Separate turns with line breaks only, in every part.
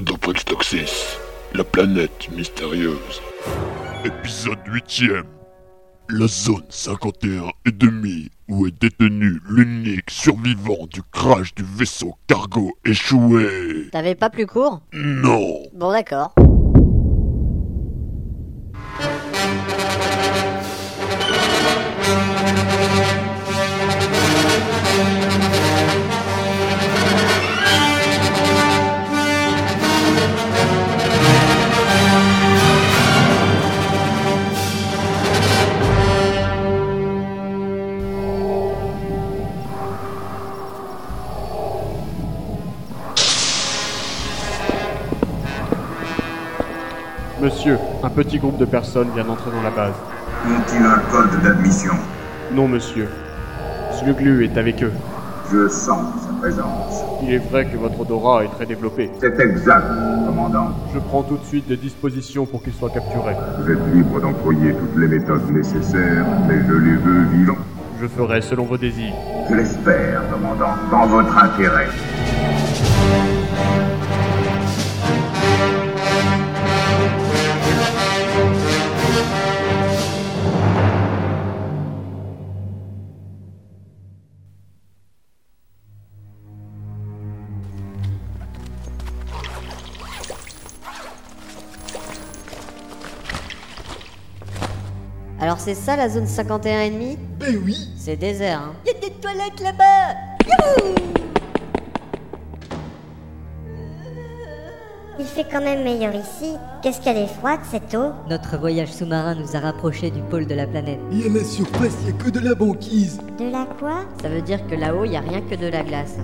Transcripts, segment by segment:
Matrix Toxis, la planète mystérieuse. Épisode 8 La zone 51 et demi où est détenu l'unique survivant du crash du vaisseau cargo échoué.
T'avais pas plus court
Non.
Bon d'accord.
Monsieur, un petit groupe de personnes vient d'entrer dans la base.
Ont-ils un code d'admission
Non, monsieur. Sluglu est avec eux.
Je sens sa présence.
Il est vrai que votre odorat est très développé.
C'est exact, commandant.
Je prends tout de suite des dispositions pour qu'ils soient capturés.
Vous êtes libre d'employer toutes les méthodes nécessaires, mais je les veux vivants.
Je ferai selon vos désirs.
Je l'espère, commandant, dans votre intérêt.
Alors c'est ça la zone 51 et demi
Ben oui
C'est désert, hein
Il y a des toilettes là-bas Youhou
Il fait quand même meilleur ici. Qu'est-ce qu'elle est froide cette eau
Notre voyage sous-marin nous a rapprochés du pôle de la planète.
Et à la surface, il a que de la banquise
De la quoi
Ça veut dire que là-haut, y a rien que de la glace.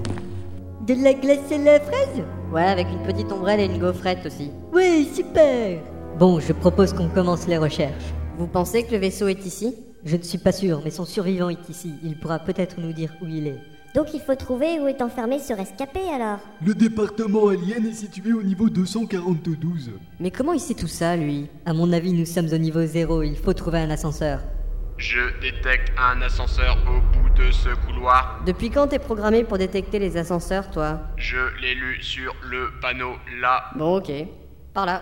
De la glace à la fraise
Ouais, avec une petite ombrelle et une gaufrette aussi.
Ouais, super
Bon, je propose qu'on commence les recherches.
Vous pensez que le vaisseau est ici
Je ne suis pas sûr, mais son survivant est ici. Il pourra peut-être nous dire où il est.
Donc il faut trouver où est enfermé ce rescapé alors.
Le département alien est situé au niveau 242.
Mais comment il sait tout ça, lui
À mon avis, nous sommes au niveau zéro. Il faut trouver un ascenseur.
Je détecte un ascenseur au bout de ce couloir.
Depuis quand t'es programmé pour détecter les ascenseurs, toi
Je l'ai lu sur le panneau là.
Bon, ok. Par là.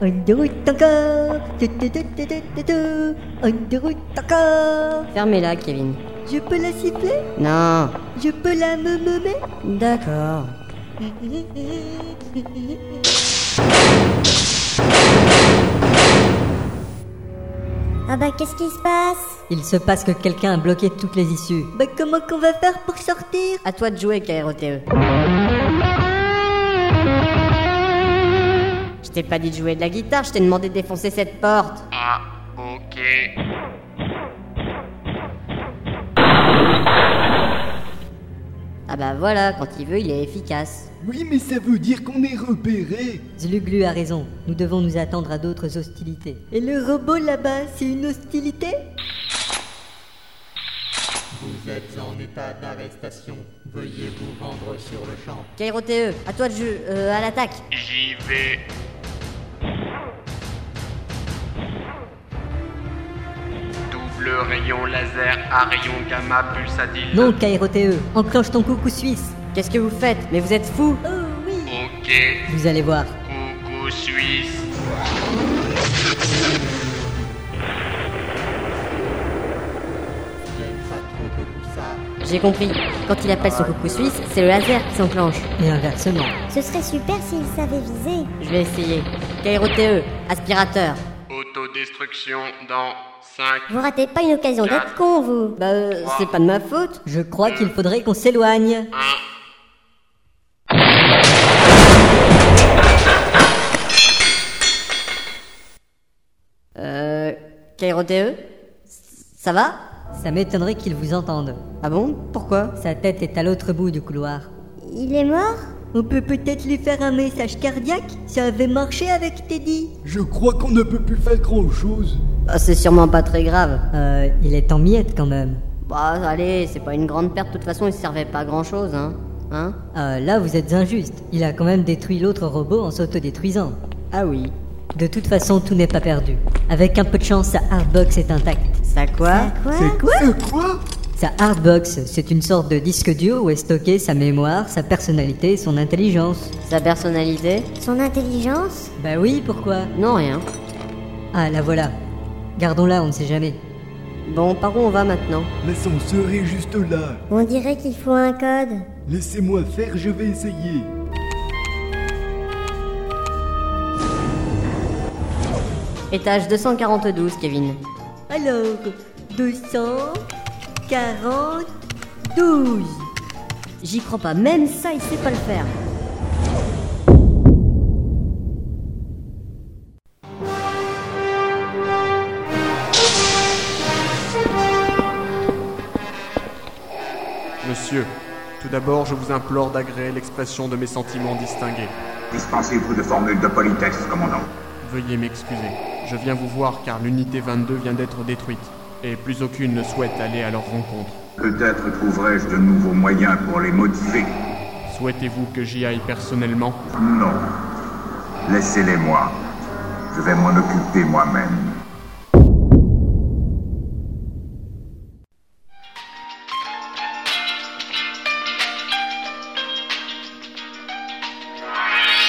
On déroute encore Tu, tu, tu, tu, tu, tu, tu. On déroute encore
Fermez-la, Kevin.
Je peux la siffler
Non.
Je peux la me
D'accord.
Ah bah qu'est-ce qui se passe
Il se passe que quelqu'un a bloqué toutes les issues.
Bah comment qu'on va faire pour sortir
À toi de jouer, KROTE. Je t'ai pas dit de jouer de la guitare, je t'ai demandé de défoncer cette porte.
Ah, ok.
Ah bah voilà, quand il veut, il est efficace.
Oui, mais ça veut dire qu'on est repéré
Zluglu a raison. Nous devons nous attendre à d'autres hostilités.
Et le robot là-bas, c'est une hostilité
KROTE, à toi de jouer, euh, à l'attaque.
J'y vais. Double rayon laser à rayon gamma pulsadile.
Non, KROTE, enclenche ton coucou suisse.
Qu'est-ce que vous faites Mais vous êtes fous
Oh oui
Ok.
Vous allez voir.
Coucou Suisse.
J'ai compris. Quand il appelle son coucou suisse, c'est le laser qui s'enclenche.
Et inversement.
Ce serait super s'il savait viser.
Je vais essayer. KROTE, aspirateur.
Autodestruction dans 5.
Vous ratez pas une occasion d'être con vous.
Bah, euh, c'est pas de ma faute.
Je crois qu'il faudrait qu'on s'éloigne.
Euh. KROTE Ça va
Ça m'étonnerait qu'il vous entende.
Ah bon Pourquoi
Sa tête est à l'autre bout du couloir.
Il est mort
On peut peut-être lui faire un message cardiaque Ça avait marché avec Teddy
Je crois qu'on ne peut plus faire grand-chose.
Bah, C'est sûrement pas très grave.
Euh, il est en miettes quand même.
Bah, allez, c'est pas une grande perte. De toute façon, il servait pas à grand chose, hein. Hein
Euh, là, vous êtes injuste. Il a quand même détruit l'autre robot en s'autodétruisant.
Ah oui.
De toute façon, tout n'est pas perdu. Avec un peu de chance, sa hardbox est intacte.
Ça quoi
Quoi
C'est quoi C'est quoi
Sa hardbox, c'est une sorte de disque dur où est stockée sa mémoire, sa personnalité et son intelligence.
Sa personnalité
Son intelligence
Bah oui, pourquoi
Non, rien.
Ah, la voilà. Gardons-la, on ne sait jamais.
Bon, par où on va maintenant
L'ascenseur est juste là.
On dirait qu'il faut un code.
Laissez-moi faire, je vais essayer.
Étage 242, Kevin.
Alors, 242.
J'y crois pas, même ça, il sait pas le faire.
Monsieur, tout d'abord, je vous implore d'agréer l'expression de mes sentiments distingués.
Dispensez-vous de formules de politesse, commandant.
Veuillez m'excuser. Je viens vous voir car l'unité 22 vient d'être détruite et plus aucune ne souhaite aller à leur rencontre.
Peut-être trouverai-je de nouveaux moyens pour les motiver.
Souhaitez-vous que j'y aille personnellement
Non. Laissez-les moi. Je vais m'en occuper moi-même.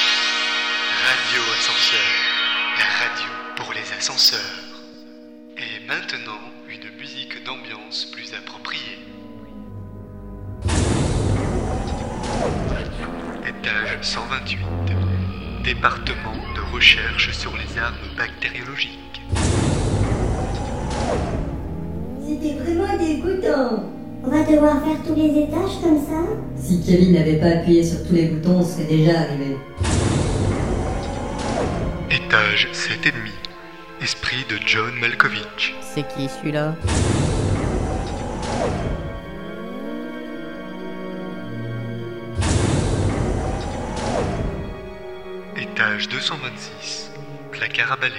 Radio Ascenseur, la radio pour les ascenseurs. Et maintenant, une musique d'ambiance plus appropriée. Étage 128. Département de recherche sur les armes bactériologiques.
C'était vraiment dégoûtant.
On va devoir faire tous les étages comme ça
Si Kevin n'avait pas appuyé sur tous les boutons, on serait déjà arrivé.
Étage 7,5. Esprit de John Malkovich.
C'est qui celui-là
Étage 226. Placard à balai.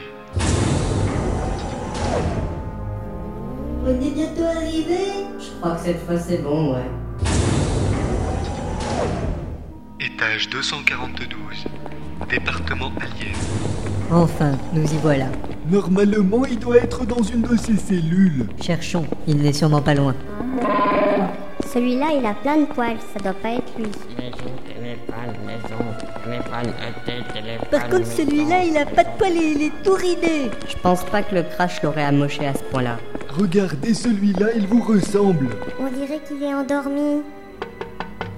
On est bientôt arrivé.
Je crois que cette fois c'est bon, ouais.
Étage 242. Département alien.
Enfin, nous y voilà.
Normalement, il doit être dans une de ces cellules.
Cherchons, il n'est sûrement pas loin.
Celui-là, il a plein de poils, ça doit pas être lui.
Par contre, celui-là, il a pas de poils et il est tout ridé.
Je pense pas que le crash l'aurait amoché à ce point-là.
Regardez celui-là, il vous ressemble.
On dirait qu'il est endormi.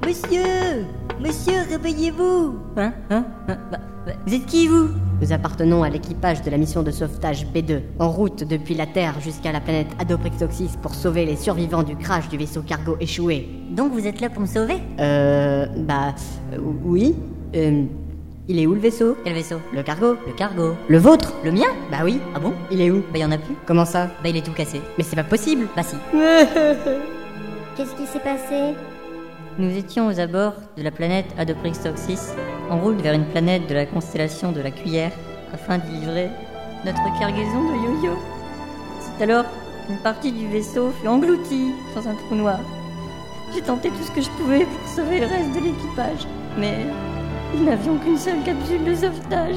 Monsieur Monsieur, réveillez-vous
Hein Hein, Hein Bah, bah,
Vous êtes qui, vous
Nous appartenons à l'équipage de la mission de sauvetage B2, en route depuis la Terre jusqu'à la planète Adoprixoxis pour sauver les survivants du crash du vaisseau cargo échoué.
Donc vous êtes là pour me sauver
Euh. Bah. euh, oui Euh. Il est où le vaisseau
Quel vaisseau
Le cargo
Le cargo.
Le vôtre
Le mien
Bah oui
Ah bon
Il est où
Bah y en a plus.
Comment ça
Bah il est tout cassé.
Mais c'est pas possible
Bah si.
Qu'est-ce qui s'est passé
Nous étions aux abords de la planète Adoprixtoxis, en route vers une planète de la constellation de la cuillère, afin de livrer notre cargaison de yo-yo. C'est alors qu'une partie du vaisseau fut engloutie dans un trou noir. J'ai tenté tout ce que je pouvais pour sauver le reste de l'équipage, mais nous n'avions qu'une seule capsule de sauvetage.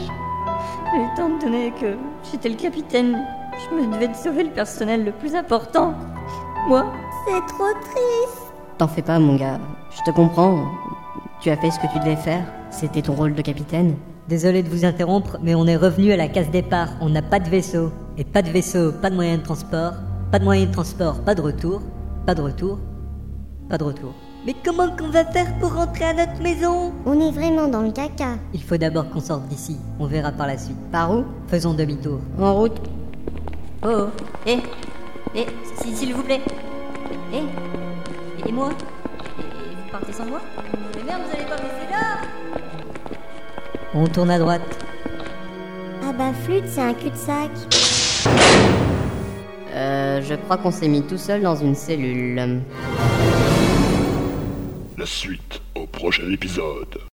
Et étant donné que j'étais le capitaine, je me devais de sauver le personnel le plus important. Moi,
C'est trop triste.
T'en fais pas, mon gars. Je te comprends. Tu as fait ce que tu devais faire. C'était ton rôle de capitaine.
Désolé de vous interrompre, mais on est revenu à la case départ. On n'a pas de vaisseau. Et pas de vaisseau, pas de moyen de transport. Pas de moyen de transport, pas de retour. Pas de retour. Pas de retour.
Mais comment qu'on va faire pour rentrer à notre maison
On est vraiment dans le caca.
Il faut d'abord qu'on sorte d'ici. On verra par la suite.
Par où
Faisons demi-tour.
En route
Oh, eh, eh, s'il vous plaît. Eh, et moi Vous partez sans moi Mais merde, vous allez pas me laisser là On tourne à droite.
Ah bah flûte, c'est un cul-de-sac.
Euh, je crois qu'on s'est mis tout seul dans une cellule.
La suite au prochain épisode.